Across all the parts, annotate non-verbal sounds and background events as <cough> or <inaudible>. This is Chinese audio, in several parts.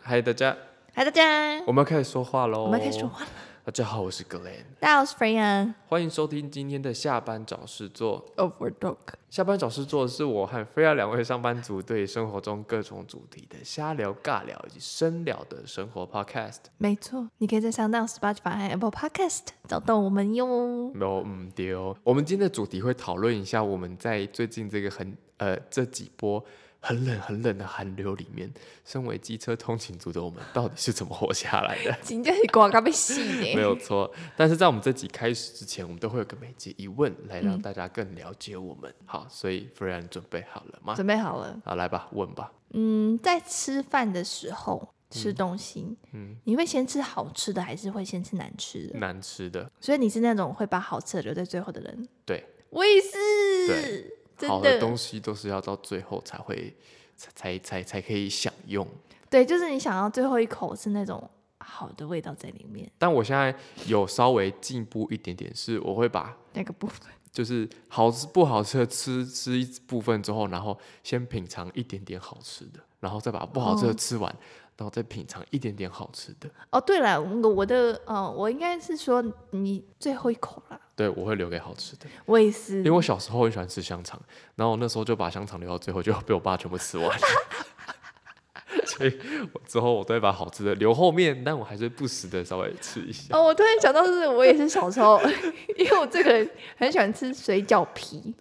嗨，大家，嗨，大家，我们要开始说话喽。我们开始说。话了。大家好，我是 Glenn，大家好，我是 Freya 欢迎收听今天的下班找事做。 Overdog。下班找事做是我和菲亚两位上班族对生活中各种主题的瞎聊、尬聊以及深聊的生活 podcast。没错，你可以在上当 Spotify 和 Apple Podcast 找到我们哟。没有嗯丢、我们今天的主题会讨论一下我们在最近这个很呃这几波很冷很冷的寒流里面，身为机车通勤族的我们到底是怎么活下来的？今天你广告被洗 <laughs> 没呢？有错，但是在我们这集开始之前，我们都会有个每集疑问来让大家更了解我们。好，所以 f r e n 准备好了吗？准备好了。好，来吧，问吧。嗯，在吃饭的时候吃东西，嗯你会先吃好吃的，还是会先吃难吃的？难吃的，所以你是那种会把好吃的留在最后的人。对，我也对是，好真的的。东西都是要到最后才会才才才才可以享用。对，就是你想要最后一口是那种好的味道在里面，但我现在有稍微进步一点点，是我会把那个部分。就是好吃不好吃的吃吃一部分之后，然后先品尝一点点好吃的，然后再把不好吃的哦吃完，然后再品尝一点点好吃的。哦，对了，我我的，呃，我应该是说你最后一口啦。对，我会留给好吃的。我也是因为，我小时候很喜欢吃香肠，然后我那时候就把香肠留到最后，就被我爸全部吃完。 <laughs> 所以我之后我都会把好吃的留后面，但我还是会不时的稍微吃一下。哦，我突然想到，就是我也是小时候， <laughs> 因为我这个人很喜欢吃水饺皮，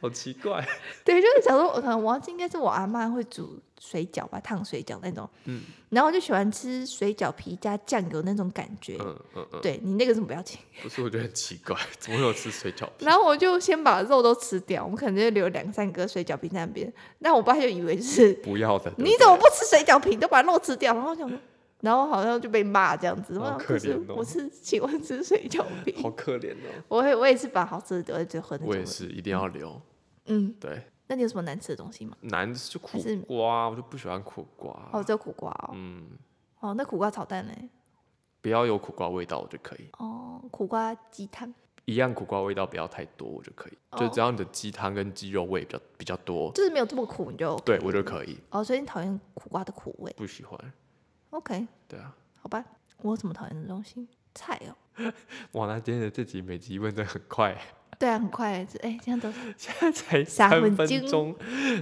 好奇怪，对，就是小时候我可能我忘记应该是我阿妈会煮水饺吧，烫水饺那种，嗯然后我就喜欢吃水饺皮加酱油那种感觉。嗯嗯嗯，对你那个什么表情？不是，我觉得很奇怪，怎么会有吃水饺皮？然后我就先把肉都吃掉，我们可能就留两三个水饺皮在那边。那我爸就以为是不要的，对不你对怎么不吃水饺皮，都把肉吃掉？然后我想说，然后好像就被骂这样子。好我想可不是怜哦我是喜欢吃水饺皮。好可怜哦？我会，我也是把好吃的留在最后那种。我也。是，一定要留。嗯，对，那你有什么难吃的东西吗？难吃就苦还是瓜，我就不喜欢苦瓜。哦，只有苦瓜哦。啊嗯，哦，那苦瓜炒蛋呢？不要有苦瓜味道，我就可以。哦，苦瓜鸡汤，一样苦瓜味道不要太多，我就可以。哦就只要你的鸡汤跟鸡肉味比较比较多，就是没有这么苦，你就对我就可以。哦，所以你讨厌苦瓜的苦味。不喜欢， OK，对啊。好吧。我有什么讨厌的东西？菜哦。哇，那今天的这集每集问的很快，对啊，很快，这哎，这样都是，现在 <laughs> 才傻三混分精钟，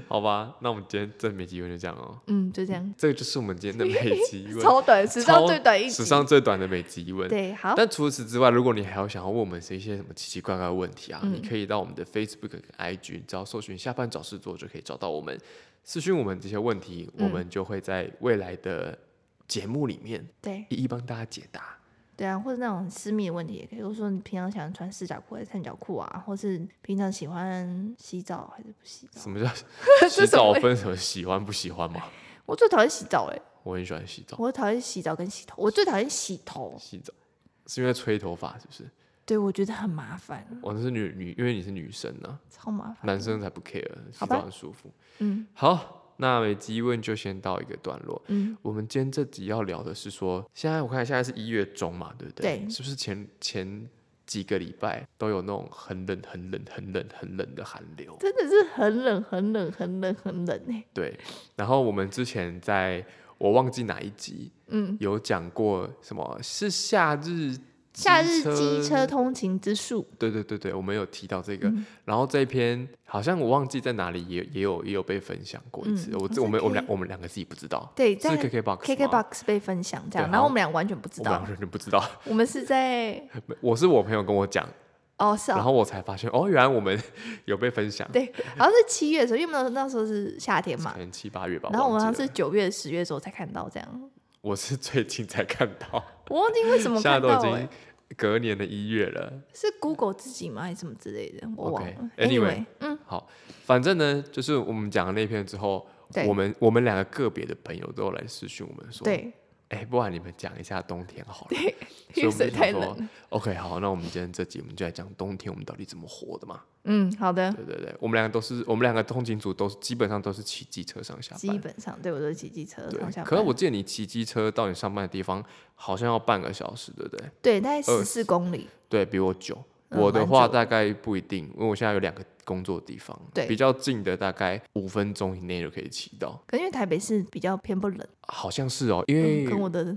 好吧？那我们今天这每集问就这样哦。嗯，就这样，这个就是我们今天的每 <laughs> 集问，超短，史上超最短一集。史上最短的每集问。对，好，但除此之外，如果你还有想要问我们是一些什么奇奇怪怪的问题啊，嗯你可以到我们的 Facebook 跟 IG，只要搜寻“下班找事做”就可以找到我们，私讯我们这些问题，嗯我们就会在未来的节目里面对。一一帮大家解答。对啊，或者那种很私密的问题也可以，比如说你平常喜欢穿四角裤还是三角裤啊，或是平常喜欢洗澡还是不洗澡？什 <laughs> 么叫洗这什澡么分什么喜欢不喜欢吗？我最讨厌洗澡哎、我很喜欢洗澡，我讨厌洗澡跟洗头，我最讨厌洗头，洗澡是因为吹头发是不是？对我觉得很麻烦，我那是女女，因为你是女生啊，超麻烦。男生才不 care，洗好吧澡很舒服。嗯好，那每集问就先到一个段落。嗯，我们今天这集要聊的是说，现在我看现在是一月中嘛，对不对？对是不是前前几个礼拜都有那种很冷、很冷、很冷、很冷的寒流？真的是很冷很冷很冷很冷哎、对。然后我们之前在我忘记哪一集嗯，有讲过，什么是夏日夏日机车？嗯通勤之术，对对对对，我们有提到这个。然后这一篇好像我忘记在哪里也也有也有被分享过一次。嗯我好这我像们我们可以两我们两个自己不知道，对，是在 KKBOX 吗 KKBOX 被分享这样，对然好啊后我们俩完全不知我们两道个，人就不知道。 <laughs> 我们是 <laughs> 在我是我朋友跟我讲。哦是然哦。后我才发现，哦，原来我们有被分享，对，好像是七月的时候，因为我们那时候是夏天嘛可，能七八月吧。然后我忘们记好了像是九月、十月的时候才看到这样，我是最近才看到，我忘记为什么 <laughs> 现在看都到已哎、经隔年的一月了。是 Google 自己吗还是什么之类的，我忘了。 OK，anyway，嗯，好，反正呢，就是我们讲了那篇之后，对我们我们两个个别的朋友都有来私讯我们说，，对哎，不然你们讲一下冬天好了。对，所以因我为们水就想太说冷了。 OK，好，那我们今天这集我们就来讲冬天我们到底怎么活的嘛。嗯，好的，对对对，我们两个都是，我们两个通勤组都是基本上都是骑机车上下班基。本上对我都是骑机车上下对，班。可是我记得你骑机车到你上班的地方好像要半个小时，对不对？对大概二十四公里，对比我久，嗯我的蛮话久大概不一定，因为我现在有两个工作地方，对比较近的大概五分钟以内就可以骑到，可因为台北市比较偏不冷，好像是哦，因嗯为跟我的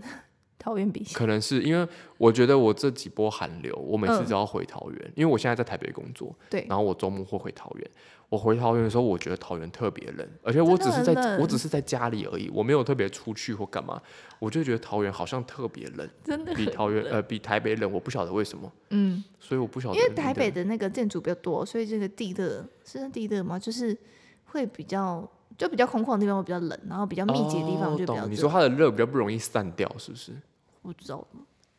<laughs> 桃园比起来，可能是因为我觉得我这几波寒流，我每次嗯只要回桃园，因为我现在在台北工作，对然后我周末会回桃园。我回桃园的时候，我觉得桃园特别冷，而且我只是真的很在冷我只是在家里而已，我没有特别出去或干嘛，我就觉得桃园好像特别冷，真的 <laughs> 比桃园呃比台北冷，我不晓得为什么，嗯，所以我不晓得因为你台的北的那个建筑比较多，所以这个地热是地热嘛，就是会比较就比较空旷的地方会比较冷，然后比较密集的地方哦就比较懂你热说它的热比较不容易散掉，是不是？我不知道，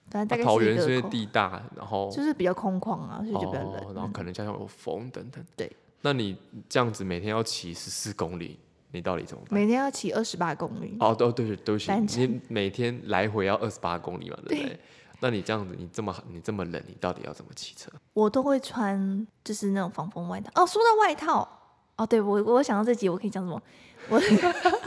反正大啊概桃是一园个是因为口地大，然后就是比较空旷啊，所以就比较哦冷。，然后可能加上有风等等。对，那你这样子每天要骑十四公里，你到底怎么办？每天要骑二十八公里，哦，对对对，对不起，单你每天来回要二十八公里嘛，对不对？那你这样子，你这么你这么冷，你到底要怎么骑车？我都会穿就是那种防风外套。哦，说到外套，哦，对我我想到这集我可以讲什么？我 <laughs>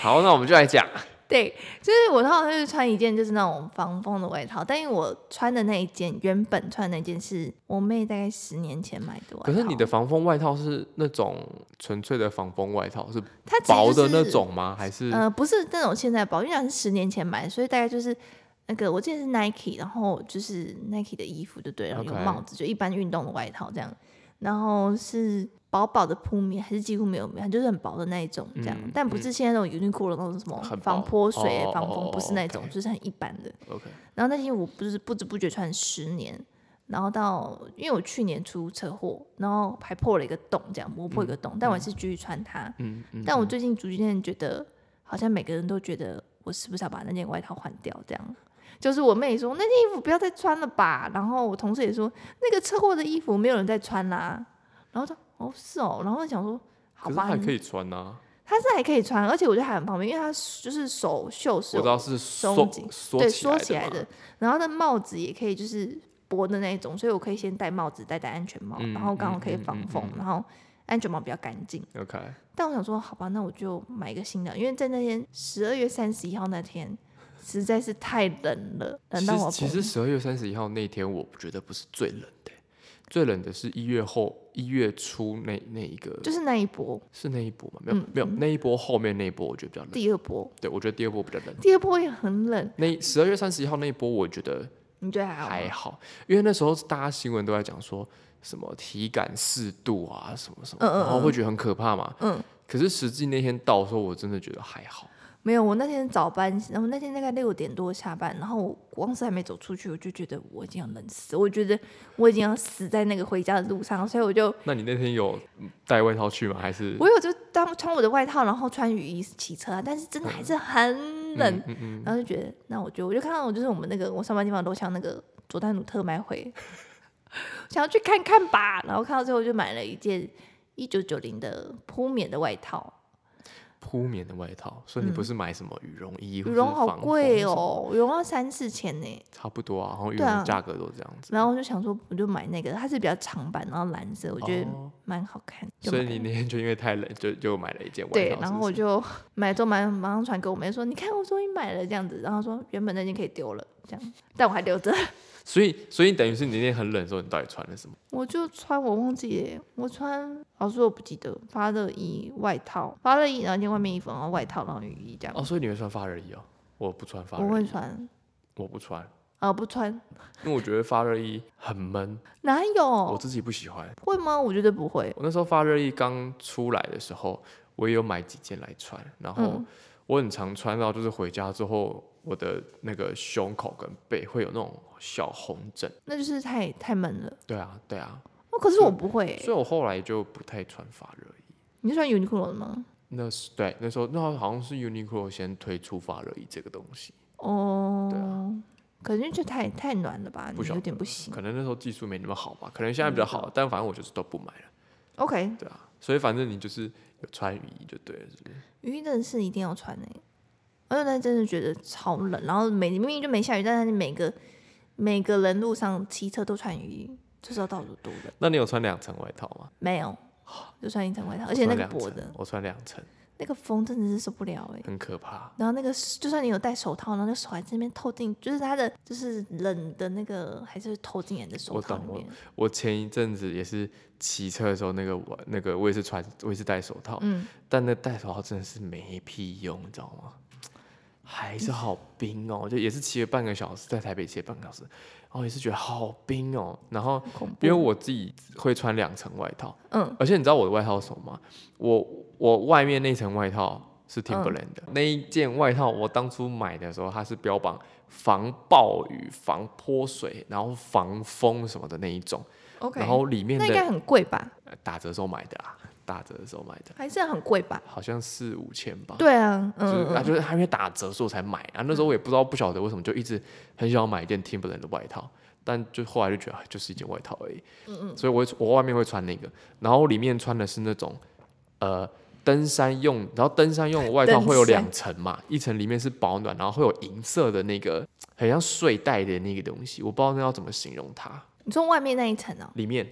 好，那我们就来讲，对，就是我通常就是穿一件就是那种防风的外套，但因为我穿的那一件原本穿的那件是我妹大概十年前买的外可套，是你的防风外套是那种纯粹的防风外套，是它其实薄的就是那种吗？还是呃，不是那种现在包，因为它是十年前买的，所以大概就是那个我记得是 Nike，然后就是 Nike 的衣服就对，然后有 OK 帽子就一般运动的外套这样，然后是薄薄的铺面，还是几乎没有棉，就是很薄的那一种这样，嗯但不是现在那种 Uniqlo 的那种什么很防薄泼水、哦防哦风，哦不是哦那种， ，OK 就是很一般的。 OK？然后那些我不是不知不觉穿十年，然后到因为我去年出车祸，然后还破了一个洞，这样磨破一个洞，但我还是继续穿它。嗯嗯，但我最近逐渐觉得，好像每个人都觉得我是不是要把那件外套换掉？这样，就是我妹说那件衣服不要再穿了吧，然后我同事也说那个车祸的衣服没有人再穿啦、然后说哦是哦，然后我想说好可是吧，还可以，以穿啊。它是还可以穿，而且我觉得还很旁边，因为它就是手袖是我有知道是松缩紧缩对起缩起来来的嘛的，然后那帽子也可以就是薄的那一种，所以我可以先戴帽子，戴戴安全帽，嗯然后刚好嗯可以嗯防嗯风，嗯然后安全帽比较干净。 OK，但我想说，好吧，那我就买一个新的，因为在那天十二月三十一号那天实在是太冷了，冷到我其崩实十二月三十一号那天，我觉得不是最冷的欸、最冷的是一月后一月初那那一个，就是那一波是那一波嘛？没有、嗯没有，那一波后面那一波我觉得比较冷。第二波，对，我觉得第二波比较冷。第二波也很冷，那十二月三十一号那一波，我觉得你觉得还好还吗？好，因为那时候大家新闻都在讲说什么体感四度啊，什么什么，嗯嗯然后嗯会觉得很可怕嘛。嗯，可是实际那天到的时候，我真的觉得还好。没有，我那天早班，然后那天大概六点多下班，然后我光是还没走出去，我就觉得我已经要冷死，我觉得我已经要死在那个回家的路上，所以我就那你那天有带外套去吗？还是我有就当穿我的外套，然后穿雨衣骑车啊，但是真的还是很冷，嗯嗯嗯然后就觉得，那我就我就看到我就是我们那个我上班地方楼下那个佐丹奴特卖会， <laughs> 想要去看看吧，然后看到最后就买了一件一九九零的铺棉的外套，铺棉的外套，所以你不是买什么羽绒衣？嗯羽绒好贵哦。哦，羽绒要三四千呢。差不多啊，然后羽对啊绒价格都这样子。然后我就想说，我就买那个，它是比较长版，然后蓝色，我觉得哦蛮好看。就所以买你了那天就因为太冷，就就买了一件外套。对，然后我是不是就 <laughs> 买了之后马上马上传给我妹说，你看我终于买了这样子，然后说原本那件可以丢了这样，但我还留着， <laughs> 所以所以等于是你那天很冷的时候，你到底穿了什么？我就穿我忘记耶，我穿老师我不记得发热衣、外套、发热衣，然后一件外面衣服，然后外套，然后雨衣这样，哦，所以你会穿发热衣哦？我不穿发我热会衣，穿。我不穿，啊、不穿因为我觉得发热衣很闷，哪我有自己不喜欢。会吗？我觉得不会。我那时候发热衣刚出来的时候，我也有买几件来穿，然后嗯我很常穿到，就是回家之后，我的那个胸口跟背会有那种小红疹。那就是太太闷了。对啊，对啊，哦，可是我不会耶。所以我后来就不太穿发热衣。你是穿 Uniqlo 的吗？那是对，那时候那好像是 Uniqlo 先推出发热衣这个东西，哦，对啊可能就太太暖了吧，不你晓有点不行。可能那时候技术没那么好吧，可能现在比较嗯好，但反正我就是都不买了， OK，对啊，所以反正你就是有穿雨衣就对了，是不是？雨衣真的是一定要穿哎、而且那真的觉得超冷，然后每明明就没下雨，但是每个每个人路上骑车都穿雨衣，就知道到底有多冷。那你有穿两层外套吗？没有，就穿一层外套，而且那我穿个两薄层的，我穿两层，那个风真的是受不了哎、很可怕。然后那个就算你有戴手套，然后那手还在那边透进，就是它的就是冷的那个还是透进你的手我套里懂我面。我前一阵子也是骑车的时候，那个我那个我也是穿，我也是戴手套，嗯，但那戴手套真的是没屁用，你知道吗？还是好冰哦，就也是骑了半个小时，在台北骑了半个小时，然后也是觉得好冰哦。然后很恐怖。因为我自己会穿两层外套，嗯，而且你知道我的外套是什么吗？我我外面那层外套嗯是 Timberland 的、那一件外套，我当初买的时候它是标榜防暴雨、防泼水，然后防风什么的那一种。 OK，然后里面那应的该很贵吧？呃打折的时候买的啊，打折的时候买的，还是很贵吧？好像四五千吧。对啊，就嗯是嗯，啊，就是还没打折，所以我才买啊。那时候我也不知道，不晓得为什么就一直很想要买一件 Timberland 的外套，但就后来就觉得、啊就是一件外套而已。嗯嗯。所以我会我外面会穿那个，然后里面穿的是那种呃登山用，然后登山用的外套登山会有两层嘛，一层里面是保暖，然后会有银色的那个很像睡袋的那个东西，我不知道那要怎么形容它。你说外面那一层哦里面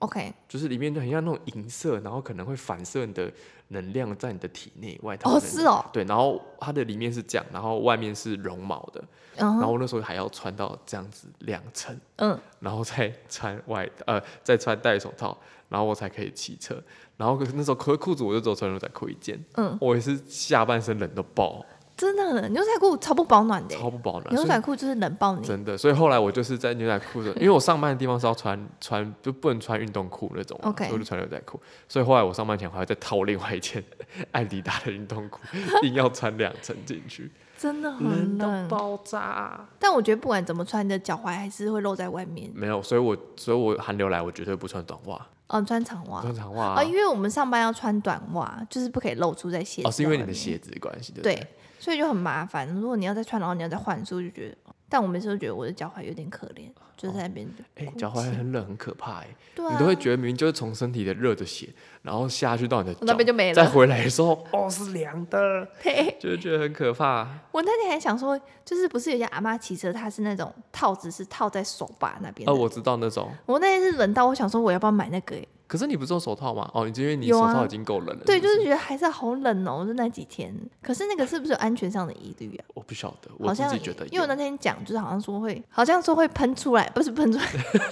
，OK，就是里面就很像那种银色，然后可能会反射你的能量在你的体内外套哦在你是哦，对，然后它的里面是这样，然后外面是绒毛的，然然后后我那时候还要穿到这样子两层，嗯，然后再穿外呃再穿戴手套，然后我才可以骑车。然后可是那时候可裤子我就只有穿牛仔裤一件，嗯，我也是下半身冷到爆，真的很牛仔裤超不保暖的欸，超不保暖，牛所以仔裤就是冷爆你。真的。所以后来我就是在牛仔裤的，因为我上班的地方是要穿 <laughs> 穿就不能穿运动裤那种嘛 OK 所以我就穿牛仔裤。所以后来我上班前还要再套另外一件 <laughs> 艾迪达的运动 <laughs> 裤，硬要穿两层进去，真的很冷，爆炸、但我觉得不管怎么穿，你的脚踝还是会露在外面。没有，所以我所以我寒流来，我绝对不穿短袜，哦，你穿长袜穿长袜、啊、因为我们上班要穿短袜，就是不可以露出在鞋子。哦，是因为你的。鞋子的关系，对不对，所以就很麻烦。如果你要再穿，然后你要再换，所以我就觉得，但我每次都觉得我的脚踝有点可怜，就在那边就哭哎、泣。脚踝很冷，很可怕哎、对啊，你都会觉得明明就是从身体的热的血，然后下去到你的我那边脚就没再了。回来的时候，哦，是凉的， <laughs> 嘿，就会觉得很可怕。我那天还想说，就是不是有些阿妈骑车，她是那种套子是套在手把那边的。哦，我知道那种，我那天是冷到，我想说我要不要买那个、欸？可是你不是有手套吗？哦，你因为你有手啊套已经够冷了，对，不就是觉得还是好冷哦、就那几天。可是那个是不是有安全上的疑虑啊？我不晓得，好我自像己觉得有，因为我那天讲，就是好像说会，好像说会喷出来，不是喷出来， <laughs> <laughs>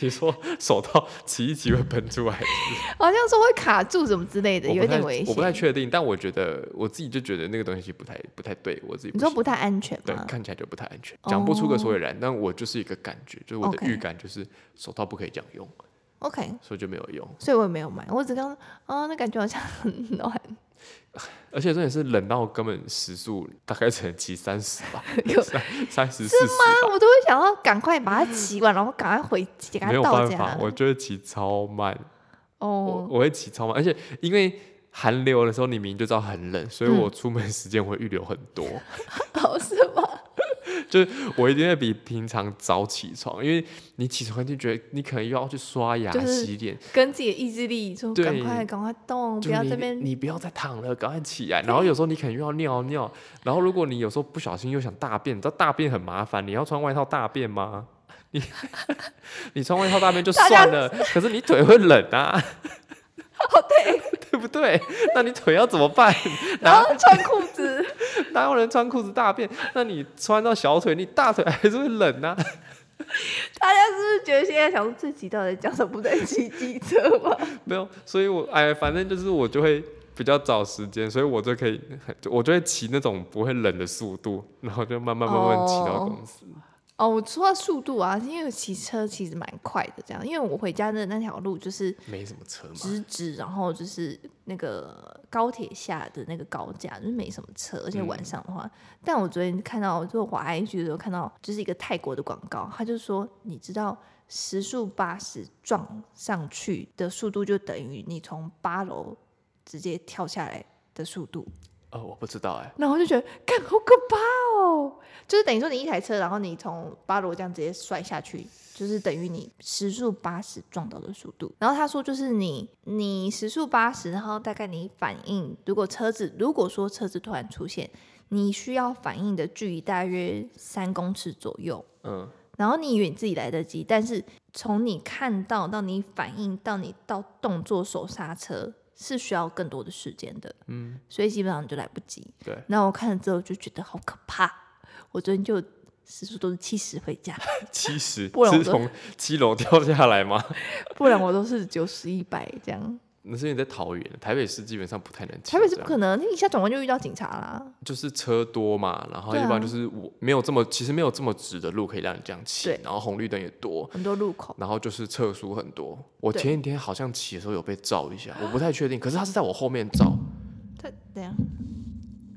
你说手套骑一骑会喷出来，好像说会卡住什么之类的，我 <laughs> 有不一太点危我不险。太确定，但我觉得我自己就觉得那个东西不太不太对，我自己你说喜不太安全对吗，？看起来就不太安全，讲不出个所以然。但我就是一个感觉，就是我的 OK 预感，就是手套不可以这样用， OK，所以就没有用。所以我也没有买，我只刚啊，那感觉好像很 <laughs> 暖，而且重点是冷到根本时速大概只能骑三十吧， <laughs> 有三三十四十，啊，我都会想要赶快把它骑完，然后赶快回给它没有到办家法，。我就会骑超慢，我哦，我会骑超慢，而且因为。寒流的时候，你明明就知道很冷，所以嗯我出门时间会预留很多， <laughs> 好哦是吗？ <laughs> 就是我一定会比平常早起床，因为你起床就觉得你可能又要去刷牙、就是洗脸，跟自己的意志力说，对赶快赶快动，就不要你这边你不要再躺了，赶快起来。然后有时候你可能又要尿尿，然后如果你有时候不小心又想大便，你知道大便很麻烦，你要穿外套大便吗？ <laughs> 你你穿外套大便就大家算了，可是你腿会冷啊， <laughs> 哦对， <laughs> 对不对？那你腿要怎么办？然哪后穿裤子，哪有人穿裤子大便？那你穿到小腿，你大腿还是会冷啊。大家是不是觉得现在想说这集到底讲什么不在骑机车吗？没有，所以我哎，反正就是我就会比较找时间，所以我就可以，我就会骑那种不会冷的速度，然后就慢慢慢慢骑到哦公司。 <laughs> 哦，我说到速度啊，因为我骑车其实蛮快的，这样，因为我回家的那条路就是没什么车嘛，直直，然后就是那个高铁下的那个高架，就是没什么车，而且晚上的话，但我昨天看到，就滑 IG 的时候看到，就是一个泰国的广告，他就说，你知道时速八十撞上去的速度就等于你从八楼直接跳下来的速度，哦，我不知道哎、然后我就觉得，干好可怕哦！就是等于说你一台车，然后你从八楼这样直接摔下去，就是等于你时速八十撞到的速度。然后他说，就是你你时速八十，然后大概你反应，如果车子如果说车子突然出现，你需要反应的距离大约三公尺左右。嗯，然后你以为你自己来得及，但是从你看到到你反应到你到动作手刹车，是需要更多的时间的，嗯，所以基本上就来不及。对，那我看了之后就觉得好可怕，我昨天就时速都是七十回家， <laughs> 七十不然我是都从七楼掉下来吗？不然我都是九十一百这样。 <laughs> 那是因为你在桃园，台北市基本上不太能骑台北是这不样可能，那一下转弯就遇到警察啦。就是车多嘛，然后一对啊般就是我没有这么，其实没有这么直的路可以让你这样骑对，然后红绿灯也多，很多路口，然后就是测速很多。我对前几天好像骑的时候有被照一下，我不太确定，可是他是在我后面照，他怎样？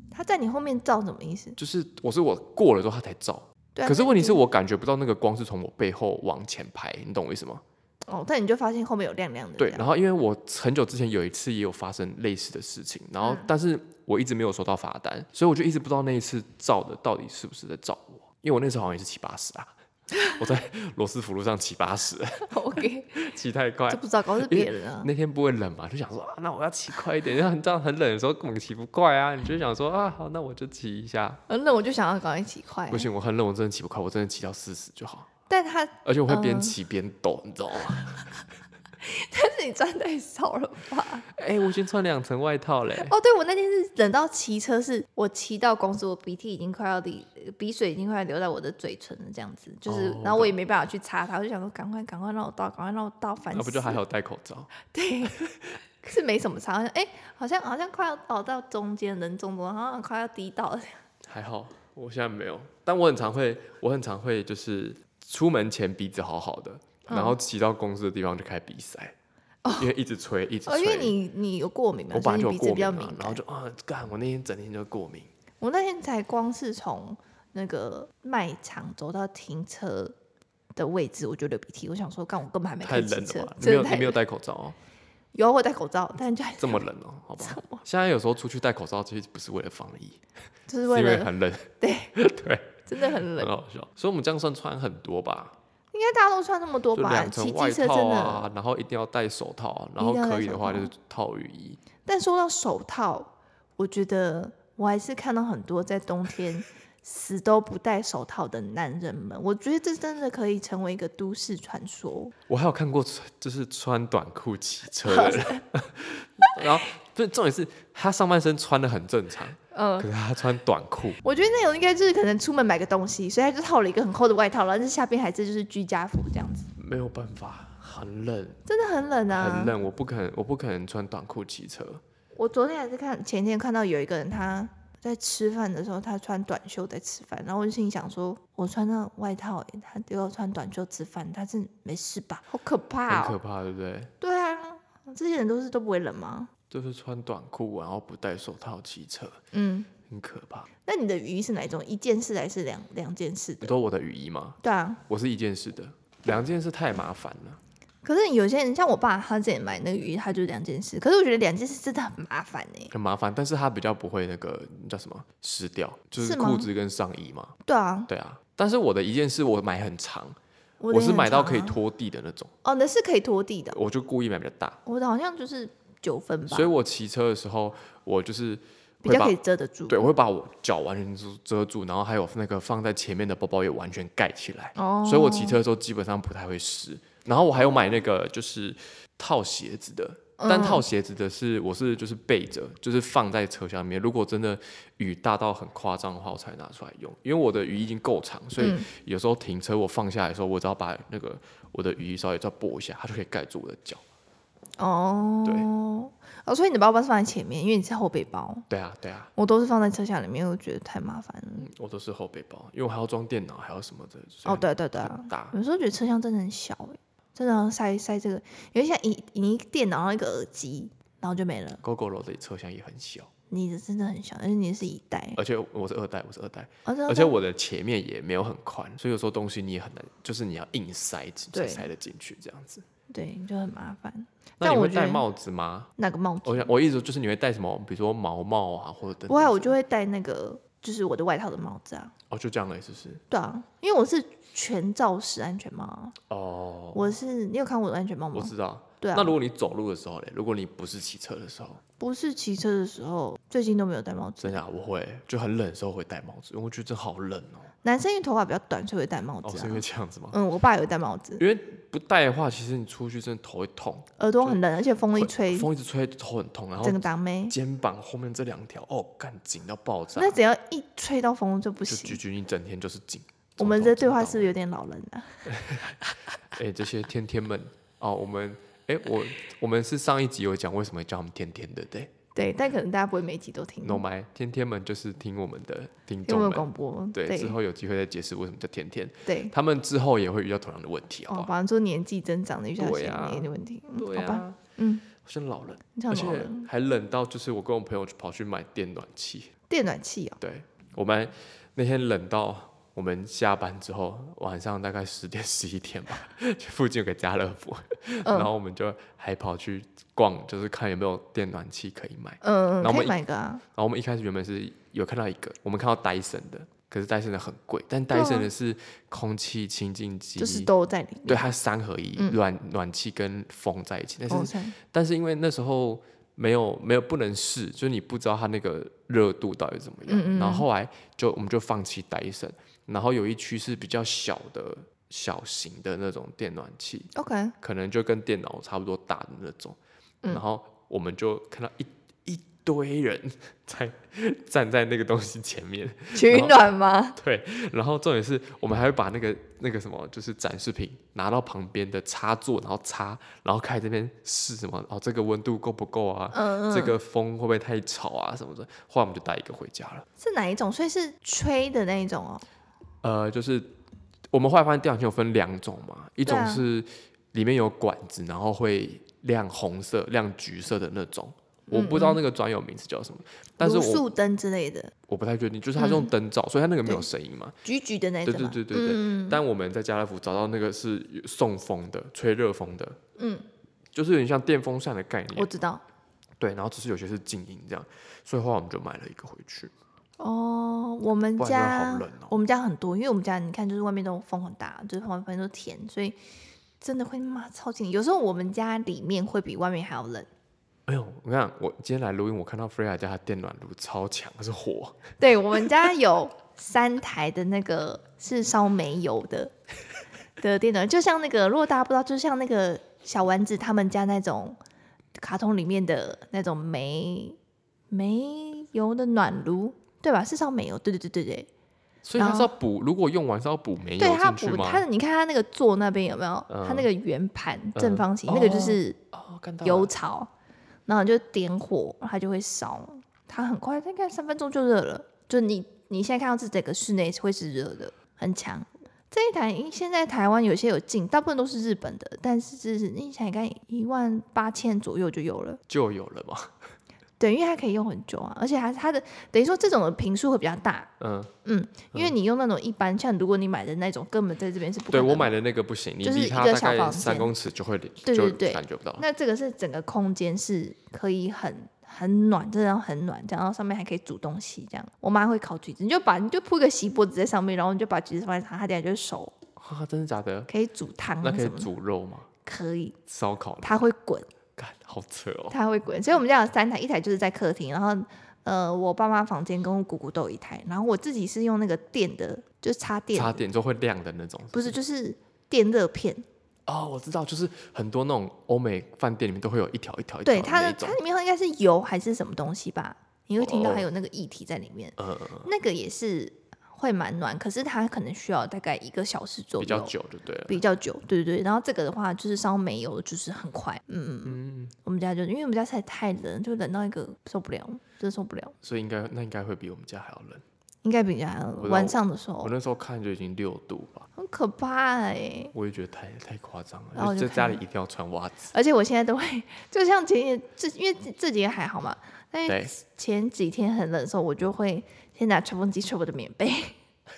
他在你后面照什么意思？就是我是我过了之后他才照，对啊，可是那问题是就我感觉不到那个光是从我背后往前拍，你懂我意思吗？哦，但你就发现后面有亮亮的这对，样，然后因为我很久之前有一次也有发生类似的事情，然后嗯但是我一直没有收到罚单，所以我就一直不知道那一次照的到底是不是在照我，因为我那时候好像也是骑八十啊，我在罗斯福路上骑八十， <laughs> <laughs> OK，骑太快这。不糟糕是别人啊，那天不会冷嘛，就想说啊，那我要骑快一点， <laughs> 然后你这样很冷的时候根本骑不快啊，你就想说啊，好，那我就骑一下。嗯，那我就想要赶快骑快不，行，我很冷，我真的骑不快，我真的骑到四十就好， <laughs> 但他而且我会边嗯骑边抖，你知道吗？ <laughs> 但是你穿太少了吧？哎、我先穿两层外套嘞。哦，对，我那天是等到骑车是，我骑到公司，我鼻涕已经快要滴，鼻水已经快要流到我的嘴唇了，这样子，就是，哦然后我也没办法去擦它，我就想说赶快赶快让我到，赶快让我到， <laughs> 烦死那了。啊不就还好戴口罩？对， <laughs> 是没什么差，好像哎、好像好像快要倒到中间，人中中，好像快要滴到了。还好，我现在没有。但我很常会，我很常会就是出门前鼻子好好的，嗯哦然后骑到公司的地方就开始鼻塞，因为一直吹，一直吹。哦，因为你你有过敏嘛，我本来就有所以你鼻过敏、子比较啊敏，感。然后就啊，干，我那天整天就过敏。我那天才光是从那个卖场走到停车的位置，我就流鼻涕。我想说，干我根本还没太开始冷骑车了吧？，你没真有的你太没有冷。戴口罩 <laughs> 哦，有啊我戴口罩，但就还这么冷哦，好吧。现在有时候出去戴口罩，其实不是为了防疫，就是是为因为了 <laughs> 很冷，嗯对对，真的很很冷。好笑。所以我们这样算穿很多吧？应该大家都穿那么多就吧？两骑层机外车真套的。啊，然后一定要戴手套啊，然一后定要戴可以的手话套就是套雨衣。但说到手套，我觉得我还是看到很多在冬天死都不戴手套的男人们。我觉得这真的可以成为一个都市传说。我还有看过穿就是穿短裤骑车的 <laughs> 人， <laughs> 然后不是重点是他上半身穿的很正常，嗯可，是他穿短裤，我觉得那种应该就是可能出门买个东西，所以他就套了一个很厚的外套，然后这下边还是就是居家服这样子，没有办法，很冷真的很冷啊。很。冷，我不可能我不可能穿短裤骑车，我昨天还是看前天看到有一个人他在吃饭的时候，他穿短袖在吃饭，然后我就心里想说，我穿那外套、欸，他都要穿短袖吃饭，他是没事吧？好可怕很哦、可怕，对不对？对啊，这些人都是都不会冷吗？就是穿短裤然后不戴手套骑车，嗯，很可怕。那你的雨衣是哪一种？一件事还是两两件事你的？说我的雨衣吗？对啊，我是一件事的，两件事太麻烦了。可是有些人像我爸，他之前买那个雨衣，他就是两件事，可是我觉得两件事真的很麻烦哎、很麻烦，但是它比较不会那个叫什么湿掉，就是是吗裤子跟上衣嘛。对啊，对啊，但是我的一件事我买很长，我我的也是很买到长可以啊拖地的那种，哦，那是可以拖地的。我就故意买比较大，我的好像就是九分吧所以，我骑车的时候我就是比会较把可以遮得住。对，我会把我脚完全遮遮住，然后还有那个放在前面的包包也完全盖起来，哦，所以我骑车的时候基本上不太会湿。然后我还有买那个就是套鞋子的，但嗯套鞋子的是我是就是备着，就是放在车厢里面。如果真的雨大到很夸张的话，我才拿出来用。因为我的雨衣已经够长，所以嗯有时候停车我放下来的时候，我只要把那个我的雨衣稍微再拨一下，它就可以盖住我的脚。哦，对哦，所以你的包包是放在前面，因为你是后背包，对啊，对啊，我都是放在车厢里面，我觉得太麻烦了。嗯我都是后背包，因为我还要装电脑，还有什么的。所以哦，对对对啊，很大。有时候觉得车厢真的很小哎、真的要塞塞这个，因为像你你一个电脑然后一个耳机，然后就没了， GoGo 楼的车厢也很小，你的真的很小，而且你是一代，而且我是二代，我是二代，哦真的呃而且我的前面也没有很宽，所以有时候东西你也很难，就是你要硬塞进才对塞得进去这样子。对就很麻烦。那但你我会觉戴得帽子吗？那个帽我子，想我一直就是你会戴什么，比如说毛帽啊，或者等等不会啊，我之就会戴那个就是我的外套的帽子啊。哦就这样了，是不是？对啊，因为我是全罩式安全帽啊，哦，我是你有看我的安全帽我吗？知道。对啊，那如果你走路的时候嘞，如果你不是骑车的时候，不是骑车的时候，最近都没有戴帽子真。的啊我会就很冷的时候会戴帽子，因为我觉得真好冷哦。男生因为头发比较短，所以会戴帽哦，子是啊因。为这样子吗？嗯，我爸有戴帽子，因为不不戴的话，其实你出去真的头会痛，耳朵很冷，而且风一会吹，风一直吹头很痛，然后整个挡妹。肩膀后面这两条哦，干紧到爆炸，那只要一吹到风就不就行菊。菊一整天就是紧。我们这从头对话紧是不是有点老人啊？到尾哎，这些天天们哦，我们哎我我们是上一集有讲为什么叫他们天天的，对对，但可能大家不会每一集都听， ，no my 天天们就是听我们的听因为众嗯我们有们，广播，对，对之后有机会再解释为什么叫天天，对，他们之后也会遇到同样的问题，好不哦，好？反正就是年纪增长的一下对些啊年的问题，嗯对好吧，啊，嗯，好像老人，你像而老且人，还冷到就是我跟我朋友去跑去买电暖器，电暖器哦，对，我们那天冷到我们下班之后，晚上大概十点十一点吧， <laughs> 去附近有个家乐福，嗯然后我们就还跑去逛，就是看有没有电暖器可以买。嗯，然后我可们以买个啊，然后我们一开始原本是有看到一个，我们看到戴森的，可是戴森的很贵，但戴啊森的是空气清净机，就是都在里面，对，它是三合一，嗯暖暖气跟风在一起，但是哦，是但是因为那时候没有没有不能试，就是你不知道它那个热度到底怎么样。嗯嗯嗯然后后来就我们就放弃戴森，然后有一区是比较小的小型的那种电暖器， OK，可能就跟电脑差不多大的那种。嗯然后我们就看到一一堆人在站在那个东西前面，取暖吗？对，然后重点是我们还会把那个那个什么，就是展示品拿到旁边的插座，然后插，然后开始这边试什么，哦，这个温度够不够啊？嗯这嗯，个风会不会太吵啊？什么的。后来我们就带一个回家了。是哪一种？所以是吹的那一种哦，呃，就是我们后来发现电暖器有分两种嘛，一种对啊是里面有管子，然后会亮红色、亮橘色的那种。我嗯不知道那个专有名词叫什么，但是如我树灯之类的，我不太确定，就是它是用灯照，所以它那个没有嗯对声音嘛。橘橘的那对种对嘛，对对对。嗯但我们在家乐福找到那个是送风的，吹热风的，嗯，就是有点像电风扇的概我念。知道。对，然后只是有些是静音这样，所以后来我们就买了一个回去。哦，我们不然真的好家冷哦我们家很多，因为我们家你看就是外面都风很大，就是旁边都是田，所以真的会骂超级冷。有时候我们家里面会比外面还要冷，哎呦，我看我今天来录音，我看到 Freya 家的电暖炉超强，是火。对我们家有三台的那个是烧煤油的的电暖，就像那个如果大家不知道，就像那个小丸子他们家那种卡通里面的那种煤煤油的暖炉，对吧？是烧煤油，对对对对对，所以它然是后要补，如果用完是要补煤对油它进去补吗？它，你看它那个座那边有没有？它那嗯个圆盘正嗯方形，那个哦就是哦，看到了油槽，然后你就点火，它就会烧，它很快，大概三分钟就热了。就你你现在看到这整个室内会是热的，很强。这一台因为现在台湾有些有进，大部分都是日本的，但是就是你想看一万八千左右就有了。就有了嘛。对，因为它可以用很久啊，而且它它的等于说这种的频数会比较大，嗯，因为你用那种一般，像如果你买的那种，根本在这边是不可对能我买的那个不行，你就是离一它个大小概房三间公尺就会就对对对感觉不到。那这个是整个空间是可以很很暖，真的很暖，这样然后上面还可以煮东西，这样。我妈会烤橘子，你就把你就铺一个锡箔纸在上面，然后你就把橘子放在上，它等下就熟，啊，真的假的？可以煮汤那可以嗯什么的，煮肉吗？可以，烧烤吗？它会滚，干，好扯哦。它会滚。所以我们家有三台，一台就是在客厅，然后呃，我爸妈房间跟我姑姑都有一台，然后我自己是用那个电的，就是插电插的，电就会亮的那种。不是就是电热片，哦，我知道，就是很多那种欧美饭店里面都会有一条一条一条对的它那的一种它。里面应该是油还是什么东西吧？你会听到哦还有那个液体在里面。嗯，嗯嗯那个也是会蛮暖，可是它可能需要大概一个小时左右，比较，久就对了。比较久，对对对。然后这个的话就是烧煤油，就是很快，嗯嗯嗯。嗯，我们家就因为我们家实在太冷，就冷到一个受不了，真的受不了。所以应该那应该会比我们家还要冷。应该比人家我晚上的时我候那时候看就已经六度吧，很可怕哎、我也觉得太太夸张然后了，我就就在看家里了一定要穿袜子。而且我现在都会， <laughs> 就像前几这因为这这几天还好嘛，但对是前几天很冷的时候，我就会先拿吹风机吹我的棉被， <laughs>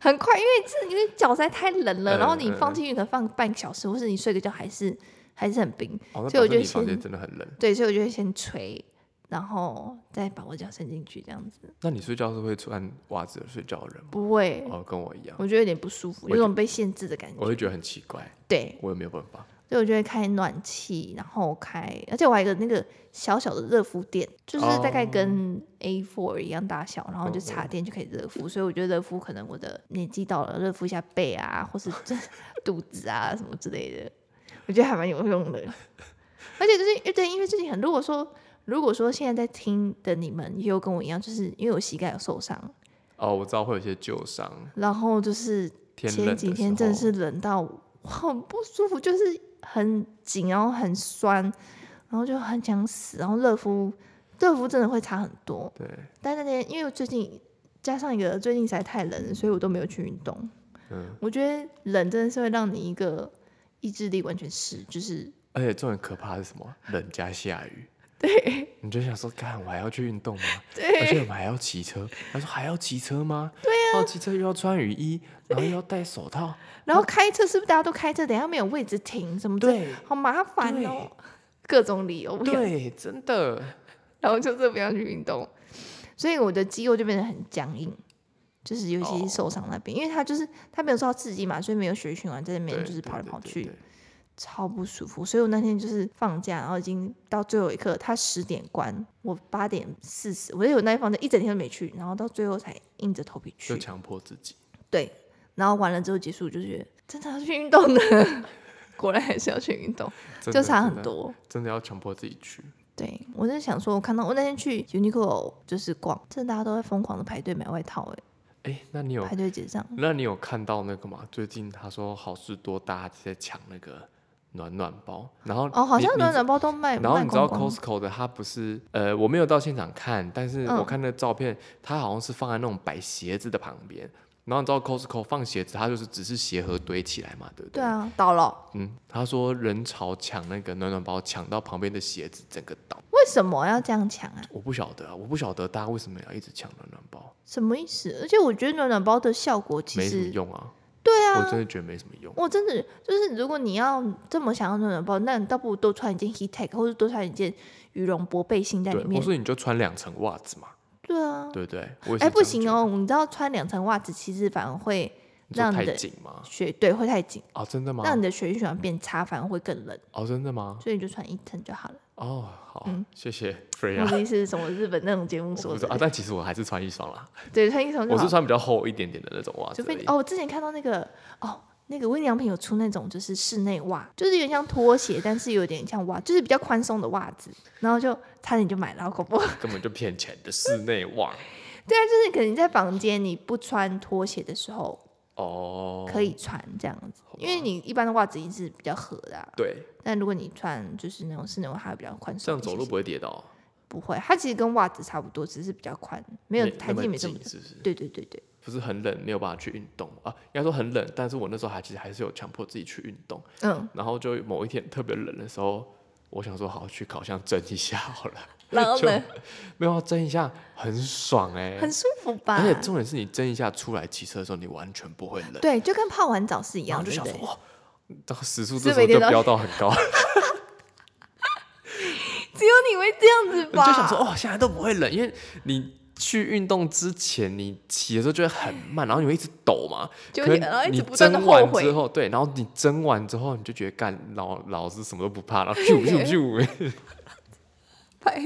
很快，因为是因为脚实在太冷了，嗯然后你嗯放嗯进去可能放半个小时，或是你睡个觉还是还是很冰，哦，那所以我表示就你房间先真的很冷。对，所以我就会先吹，然后再把我脚伸进去，这样子那你睡觉是会穿袜子睡觉的人吗？不会，哦，跟我一样，我觉得有点不舒服，我也有种被限制的感我觉。会觉得很奇怪，对，我也没有办法。所以我就会开暖气，然后开，而且我还有一个那个小小的热敷垫，就是大概跟 A four 一样大小，然后就插电就可以热敷。所以我觉得热敷可能我的年纪到了，热敷一下背啊，或是 <laughs> 肚子啊什么之类的，我觉得还蛮有用的。而且就是对，因为最近很，如果说如果说现在在听的你们也有跟我一样，就是因为我膝盖有受伤，哦，我知道会有一些旧伤，然后就是天冷前几的天时真的候是冷到很不舒服，就是很紧，然后很酸，然后就很想死。然后热敷，热敷真的会差很多。对，但那天因为我最近加上一个最近实在太冷了，所以我都没有去运动。嗯，我觉得冷真的是会让你一个意志力完全失， <laughs> 就是而且最很可怕的是什么？冷加下雨，对你就想说，干，我还要去运动吗？而且对我们还要骑车。他说还要骑车吗？对啊，骑车又要穿雨衣，然后又要戴手套。 <laughs> 然后开车是不是大家都开车？等一下没有位置停什么的，对好麻烦哦。各种理由，对，真的。然后就是不要去运动，所以我的肌肉就变得很僵硬，就是尤哦其是手上那边，因为它就是它没有受到刺激嘛，所以没有血液循环在那边对就是对跑来对跑对去对，超不舒服。所以我那天就是放假，然后已经到最后一刻，他十点关，我八点四十，我就有那一放假一整天都没去，然后到最后才硬着头皮就去，强迫自己。对，然后完了之后结束就觉得真的要去运动的， <laughs> 果然还是要去运动，真就的差真很的多。真的要强迫自己去。对，我在想说，我看到我那天去 Uniqlo 就是逛，真的大家都在疯狂的排队买外套、欸，哎，那你有排队结账。那你有看到那个吗？最近他说好事多大家在抢那个暖暖包，然后哦，好你像你暖暖包都卖，然后哎卖你知道光光 Costco 的它不是呃，我没有到现场看，但是嗯我看那照片，它好像是放在那种摆鞋子的旁边。然后你知道 Costco 放鞋子，它就是只是鞋盒堆起来嘛，对不对对？啊，倒了，嗯，他说人潮抢那个暖暖包，抢到旁边的鞋子整个倒。为什么要这样抢啊？我不晓得啊，我不晓得大家为什么要一直抢暖暖包，什么意思？而且我觉得暖暖包的效果其没什么实，用啊。对我啊，真的觉得没什么用。我真的就是，如果你要这么想要暖暖包，那你倒不如多穿一件 heat tech，或者多穿一件羽绒薄背心在对里，我面。说你就穿两层袜子嘛，对啊，对不对？我也是哎，不这样行觉得，哦，你知道穿两层袜子其实反而会你说让你太的紧吗？血对会太紧，哦，真的吗？让你的血液循环变差，反而会更冷。哦，真的吗？所以你就穿一层就好了。哦，好，嗯谢谢 Freya 我。的意思是什么？日本那种节目我说不知的道，啊，但其实我还是穿一双啦，对，穿一层就我好是。穿比较厚一点点的那种袜子除而非你已。哦，我之前看到那个哦，那个温良品有出那种就是室内袜，就是有点像拖鞋，但是有点像袜，就是比较宽松的袜子。然后就差点就买了，好恐怖。 <laughs> 对根本就骗钱的室内袜。啊，就是可能你在房间你不穿拖鞋的时候哦，可以穿这样子，因为你一般的袜子一定是比较合的、啊。对，但如果你穿就是那种室内袜，它会比较宽这松样一些些。走路不会跌倒，不会，它其实跟袜子差不多，只是比较宽，没有弹那性么没这么紧，。是不是？对对对对。不是很冷，没有办法去运动啊。应该说很冷，但是我那时候还其实还是有强迫自己去运动。嗯，然后就某一天特别冷的时候，我想说好去烤箱蒸一下 <laughs> 好了，然后就呢， <laughs> 没有要蒸一下很爽哎、哦很啊舒服吧？而且重点是你蒸一下出来骑车的时候，你完全不会冷。对，就跟泡完澡是然一样，后就对想不说哦哎对哇，到时速是这时候每就天都飙到很 <laughs> 高，只有你会这样子你吧？就想说哇，现在都不会冷，因为你去运动之前，你骑的时候就会很慢，然后你会一直抖嘛，就可会能然后一你直不断的蒸后完悔之，后，对，然后你蒸完之后，你就觉得干老老子什么都不怕，然后咻咻 <laughs> 咻， <laughs> 拍。因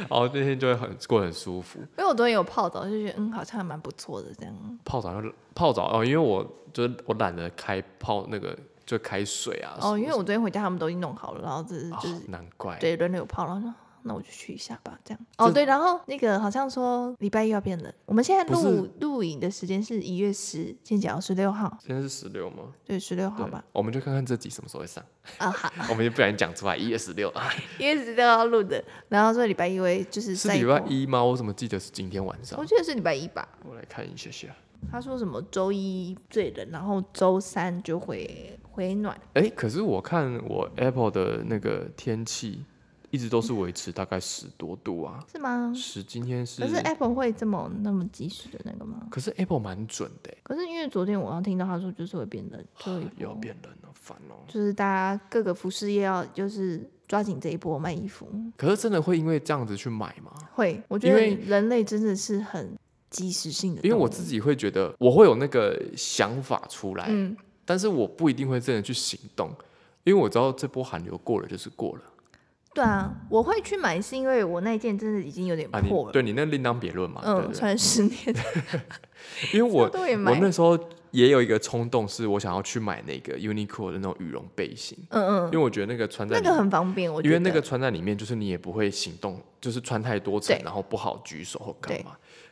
然后那天就会很过得很舒服。为我昨天有泡澡，就觉得嗯，好像还蛮不错的这样。泡澡就泡澡哦，因为我就是我懒得开泡那个就开水啊什么哦，因哦为我昨天回家他们都已经弄好了，然后只是啊就是难怪对轮流泡，然后说啊那我就去一下吧，这样。哦，对，然后那个好像说礼拜一要变冷，我们现在不录是录影的时间是一月十，今天讲到十六号，现在是十六吗？对，十六号对吧？，我们就看看这集什么时候会上，啊，好， <laughs> 我们就不然讲出来一月十六啊，一月十六号录的，然后说礼拜一会 <laughs> 就是是再礼拜播，一吗？我怎么记得是今天晚上我？记得是礼拜一吧。我来看一下下。他说什么周一最冷，然后周三就会回暖。哎，可是我看我 Apple 的那个天气一直都是维持大概十多度啊，是吗？十今天是嗯可，是 Apple 会这么那么及时的那个吗？可是 Apple 蛮准的欸，啊可是因为昨天我要听到他说就是会变冷，就一又要波变冷了，烦哦。就是大家各个服饰业要就是抓紧这一波卖衣服。可是真的会因为这样子去买吗？会，我觉因得为人类真的是很及时性的动物。因为我自己会觉得我会有那个想法出来，嗯，但是我不一定会真的去行动，因为我知道这波寒流过了就是过了对啊，我会去买是因为我那一件真的已经有点啊，你破了，对你那另当别论嘛，对嗯，不对？穿了十年，因为我差不多也买我那时候也有一个冲动，是我想要去买那个 Uniqlo 的那种羽绒背心，嗯因为嗯，我觉得那个穿在那里个面，很方便，我觉因得为那个穿在里面就是你也不会行动，就是穿太多层对，然后不好举手或干嘛。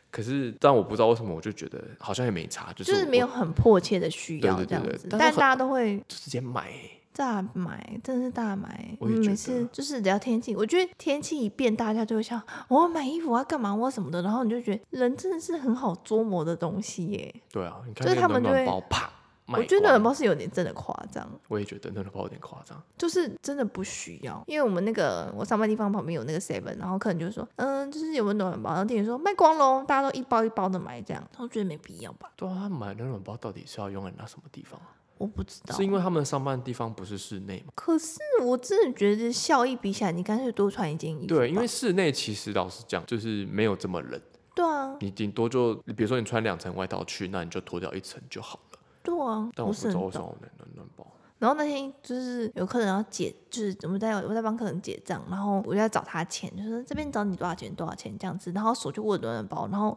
可是，但我不知道为什么，我就觉得好像也没差，就是就是我没有很迫切的需要对对对这样对子，但是但很大家都会就直接买、欸大买，真的是大买。我也觉嗯每得次就是只要天气，我觉得天气一变，大家就会想我要买衣服啊，干嘛我什么的，然后你就觉得人真的是很好捉摸的东西耶。对啊，你看那就是个他们暖暖就包，啪，卖我觉得暖光包是有点真的夸张，我也觉得暖暖包有点夸张。就是真的不需要。因为我们那个我上班地方旁边有那个 seven，然后客人就说，嗯，就是有没有暖暖包，然后店员说卖光喽，大家都一包一包的买这样，我觉得没必要吧，对啊，他们买暖暖包到底是要用来拿什么地方啊、我不知道是。因为他们上班的地方不是室内吗？可是我真的觉得效益比起来，你干脆多穿一件衣服吧。对，因为室内其实老实讲，就是没有这么冷。对啊，你顶多就，比如说你穿两层外套去，那你就脱掉一层就好了。对啊，但我不是知道很为什懂。么我能 <laughs> 暖暖包。然后那天就是有客人要结，就是我们在我在帮客人结账，然后我就在找他钱，就是这边找你多少钱多少钱这样子，然后手就握着暖暖包，然后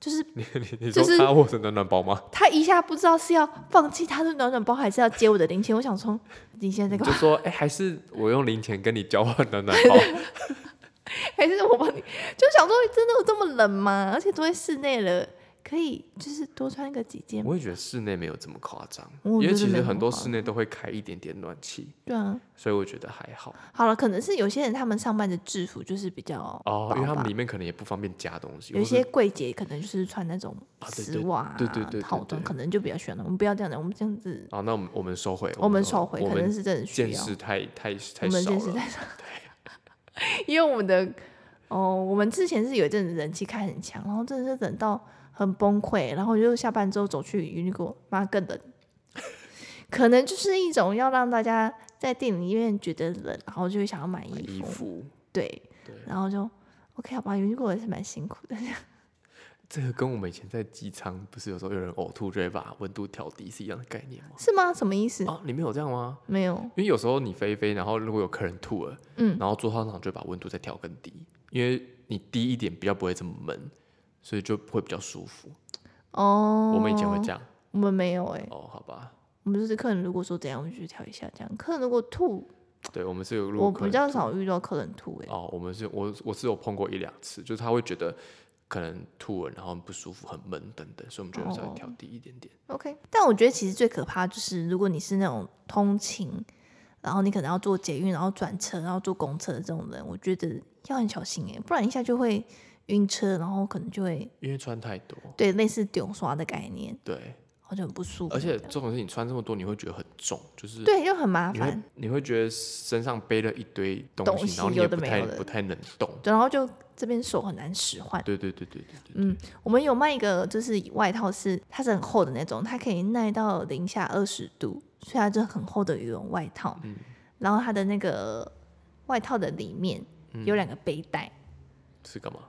就是你你你就说是他握着暖暖包吗？他一下不知道是要放弃他的暖暖包，还是要接我的零钱。我想说 <laughs> 你现在你就在干嘛？ <laughs> 说，哎、还是我用零钱跟你交换暖暖包。还是我帮你？就想说真的有这么冷吗？而且都在室内了，可以就是多穿个几件。我也觉得室内没有这么夸张，因我为觉得其没实有很很多夸室内都会开一点点暖气，对啊，所以我觉得还好。好了，可能是有些人他们上班的制服就是比较哦，因为薄他们吧里面可能也不方便加东西，有或一是些柜姐可能就是穿那种啊对丝对袜、啊对对对对套装，对可能就比较喜欢的。我们不要这样讲，我们这样子，哦，那我们我们收回，我们收回，我可能们是真的需见要。识太太我太们少见识了。太少， <laughs> 因为我们的哦，我们之前是有一阵子人气开很强，然后真的是等到很崩溃，然后就下班之后走去云果，妈更 <laughs> 冷。可能就是一种要让大家在电影院觉得冷，然后就会想要买买衣衣服，服，对，对然后就 OK 好吧，云果也是蛮辛苦的。 <laughs> 这个跟我们以前在机舱不是有时候有人呕吐就会把温度调低是一样的概念吗？是吗？什么意思？啊，你们有这样吗？没有，因为有时候你飞一飞，然后如果有客人吐了，嗯然后做操场就会把温度再调更低，因为你低一点比较不会这么闷，所以就会比较舒服。哦，我们以前会这样我们没有哎、哦，好吧？我们就是客人如果说怎样，我们就去调一下这样。客人如果吐，对，我们是有如我果客比人较少遇到客人吐哎、哦，我们是我我是有碰过一两次，就是他会觉得可能吐了，然后很不舒服、很闷等等，所以我们就会稍微哦调低一点点。 OK，但我觉得其实最可怕就是如果你是那种通勤，然后你可能要坐捷运，然后转车，然后坐公车的这种人，我觉得要很小心哎、不然一下就会晕车，然后可能就会因为穿太多，对类似丢刷的概念，对，然后就很不舒服，而且重点是你穿这么多，你会觉得很重，就是对就很麻你会烦，你会觉得身上背了一堆东东西，西然后你有也的不没太有的不太能动。对然后就这边手很难使唤。对对对对对对，嗯，我们有卖一个，就是外套是它是很厚的那种，它可以耐到零下二十度，所以它就很厚的羽绒外套。嗯然后它的那个外套的里面有两个背带，是干嘛？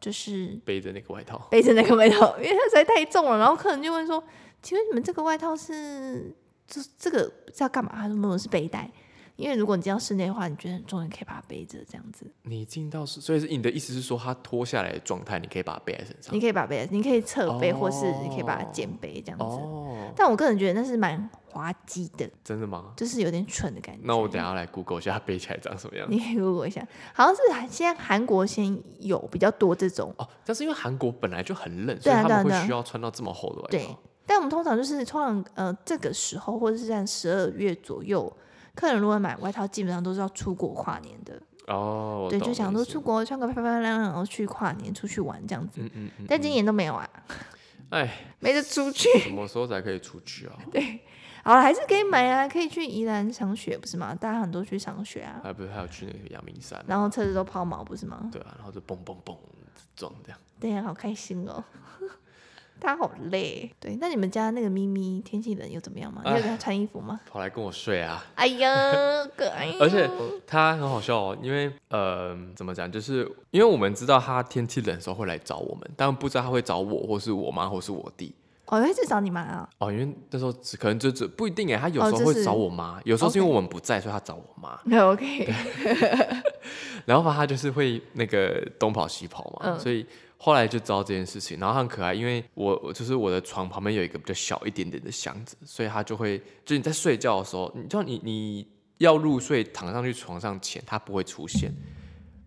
就是背着那个外套，背着那个外套，因为它实在太重了。然后客人就问说：“请问你们这个外套是这这个是要干嘛？”他说：“没有，是背带。”因为如果你进到室内的话，你觉得很重，你可以把它背着这样子，你进到是，所以是你的意思是说，它脱下来的状态，你可以把它背在身上你。可以把它背着，你可以侧背，或是你可以把它哦肩背这样子。哦，但我个人觉得那是蛮滑稽的，真的吗？就是有点蠢的感觉。 <laughs> 那我等一下来 Google 一下它背起来长什么样。你可以 Google 一下，好像是韩现在韩国先有比较多这种，哦，但是因为韩国本来就很冷，所对以啊他们对啊对啊会需要穿到这么厚的外对套。。但我们通常就是通常呃这个时候或者是在十二月左右，客人如果买外套，基本上都是要出国跨年的，哦，我对，懂就你想意说思出国穿个漂漂亮亮，然后去跨年出去玩这样子。嗯嗯嗯，但今年都没有啊，哎， <laughs> 没得 <laughs> 出去。什么时候才可以出去啊？好了，还是可以买啊，可以去宜兰赏雪不是吗？大家很多去赏 <laughs> 雪啊，还不是还要去那个阳明山吗？然后车子都抛锚不是吗？对啊，然后就嘣嘣嘣撞这样。对呀，好开心哦。 <laughs> 他好累，对。那你们家那个咪咪天气冷又怎么样啊嘛？你有给他穿衣服吗？跑来跟我睡啊！哎呀，可爱哦哟、而且他很好笑哦，因为呃，怎么讲，就是因为我们知道他天气冷的时候会来找我们，但不知道他会找我，或是我妈，或是我弟。哦，会去找你妈啊？哦，因为那时候只可能就只不一定哎，他有哦时候这会是找我妈，有时候是因为 OK 我们不在，所以他找我妈。 <laughs> OK，然后吧，他就是会那个东跑西跑嘛，嗯所以后来就知道这件事情。然后他很可爱，因为我我就是我的床旁边有一个比较小一点点的箱子，所以他就会，就是你在睡觉的时候，你就你你要入睡躺上去床上前，他不会出现。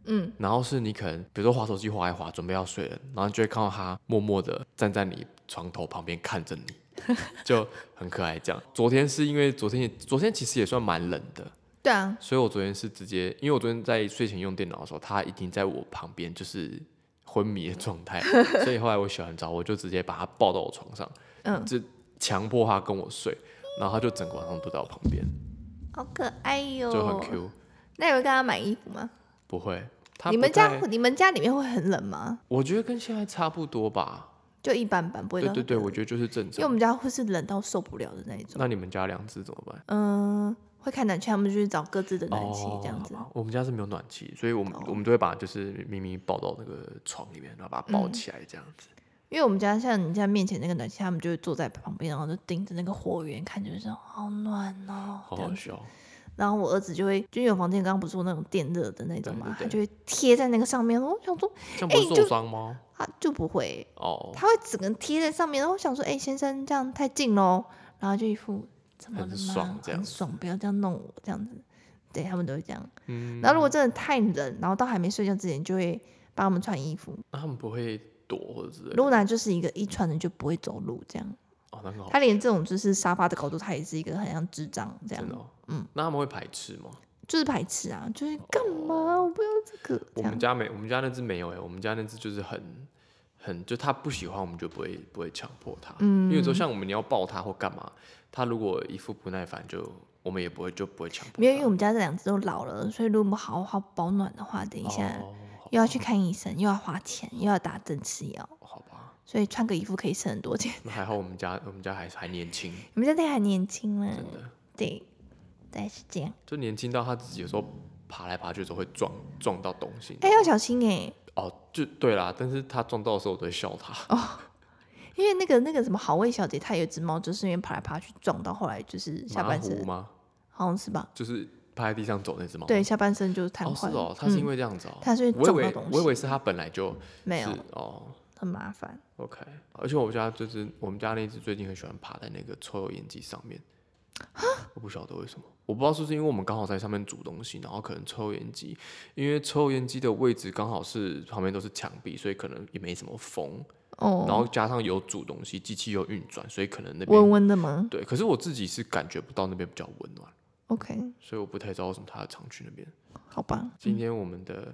嗯，然后是你可能比如说滑手机滑一滑，准备要睡了，然后你就会看到他默默的站在你床头旁边看着你， <laughs> 就很可爱。这样，昨天是因为昨天也昨天其实也算蛮冷的，对啊，所以我昨天是直接，因为我昨天在睡前用电脑的时候，他已经在我旁边就是昏迷的状态，所以后来我洗完澡，我就直接把他抱到我床上，嗯，就强迫他跟我睡，然后他就整个晚上都在我旁边，好可爱哟、就很 Q。那你会跟他买衣服吗？不会，他你不们太家你们家里面会很冷吗？我觉得跟现在差不多吧。就一般般，不会对冷。对对，我觉得就是正因为我常。们家会是冷到受不了的那一种。那你们家两只怎么办？嗯、会看暖气，他们就去找各自的暖气这样子。哦哦好吧我们家是没有暖气，所以我们、我们都会把就是咪咪抱到那个床里面，然后把它嗯抱起来这样子。因为我们家像你家面前那个暖气，他们就会坐在旁边，然后就盯着那个火源看，就是说好暖哦。好这样好子笑。然后我儿子就会，就因为我房间刚刚不是有那种电热的那种对嘛，嗯对他就会贴在那个上面。我想说这样不会哎就受伤吗？他就不会，哦，他会整个贴在上面。然后我想说，哎、先生这样太近喽，然后就一副怎么了很吗？爽这样很子爽，不要这样弄我这样子。对他们都会这样。嗯，然后如果真的太冷，然后到还没睡觉之前，就会帮他们穿衣服。那他们不会躲或者之类的，露娜就是一个一穿了就不会走路这样，哦，那很好，她连这种就是沙发的高度，她也是一个很像智障这真的、样，哦，嗯，那他们会排斥吗？就是排斥啊，就是干嘛我不要这个这我们样。家没，我们家那只没有哎、我们家那只就是很很，就他不喜欢，我们就不会不会强迫他，因嗯为有时候像我们你要抱他或干嘛，他如果一副不耐烦就，我们也不会就不会强迫没有，因为他。我们家这两只都老了，所以如果不好好保暖的话，等一下、哦，又要去看医生，又要花钱，又要打针吃药，好吧，所以穿个衣服可以省很多钱。 <laughs> 那还好我们家我们家还还年轻，你们家那还年轻呢真，的，对，对是这样。就年轻到他自己有时候爬来爬去的时候会撞撞到东西，哎、要小心哎、哦，就对啦，但是他撞到的时候我都会笑他。哦因为那个那个什么好味小姐，她有一只猫，就是因为爬来爬去撞到，后来就是下马半虎身吗？好像是吧？就是趴在地上走那只猫。对，，下半身就是瘫哦是痪。哦，它是因嗯、为这样子哦。它是我以撞到为东西，我以为是它本来就没有是哦。很麻烦。 OK，而且我家这只，我们家那只最近很喜欢爬在那个抽油烟机上面，我不晓得为什么，我不知道是不是因为我们刚好在上面煮东西，然后可能抽油烟机，因为抽油烟机的位置刚好是旁边都是墙壁，所以可能也没什么风，哦，然后加上有煮东西，机器又运转，所以可能那温边温的吗对，可是我自己是感觉不到那边比较温暖， ？OK，所以我不太知道为什么它常去那边。好吧。今天我们的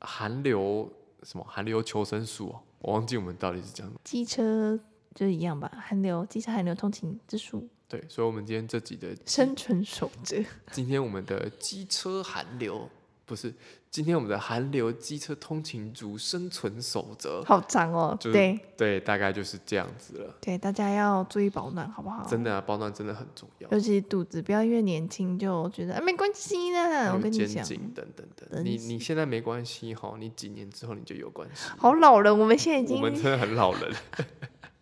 寒流什么寒流求生术哦，我忘记我们到底是讲什么。机车就是一样吧，寒流，机车寒流通勤之术，对，所以我们今天这集的生存守则。今天我们的机车寒流不是今天我们的寒流机车通勤族生存守则，好长哦。 <laughs> 就是对对，大概就是这样子了。对，大家要注意保暖，好不好？真的啊，保暖真的很重要，尤其是肚子，不要因为年轻就觉得啊没关系还啦。我有跟你肩讲，颈等等等。真你是你现在没关系哈，你几年之后你就有关系。好老人，我们现在已我们经真的很老人，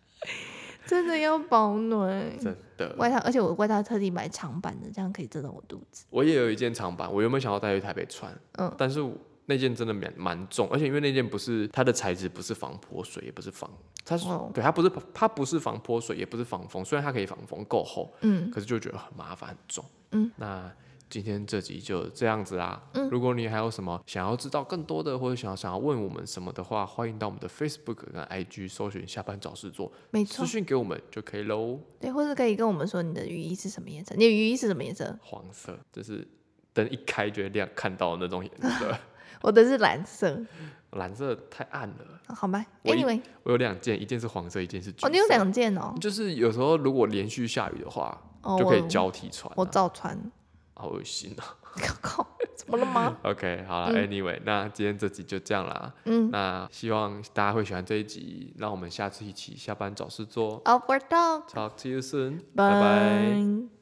<laughs> 真的要保暖。真 <laughs> 的。外套，而且我外套特地买长版的，这样可以遮到我肚子。我也有一件长版，我原本想要带去台北穿，嗯但是我那件真的蛮蛮重，而且因为那件不是它的材质不是防泼水，也不是防，它是、哦对它不是它不是防泼水，也不是防风，虽然它可以防风够厚，嗯，可是就觉得很麻烦很重。嗯，那今天这集就这样子啦。嗯如果你还有什么想要知道更多的，或者想要想要问我们什么的话，欢迎到我们的 Facebook 跟 IG 搜寻“下班找事做没”，私错。讯给我们就可以喽。对，或者可以跟我们说你的雨衣是什么颜色？你的雨衣是什么颜色？黄色就是灯一开就会亮，看到的那种颜色。我的是蓝色，蓝色太暗了。好吧。我一 Anyway，我有两件，一件是黄色，一件是橘色。哦，你有两件哦。就是有时候如果连续下雨的话，哦，就可以我交替穿、我啊。照穿。好恶心啊 <laughs> <laughs> 靠，怎么了吗？ ！OK，好了、a n y w a y 那今天这集就这样啦。嗯那希望大家会喜欢这一集，让我们下次一起下班找事做。 ，Over dog， Talk to you soon，拜拜拜。拜。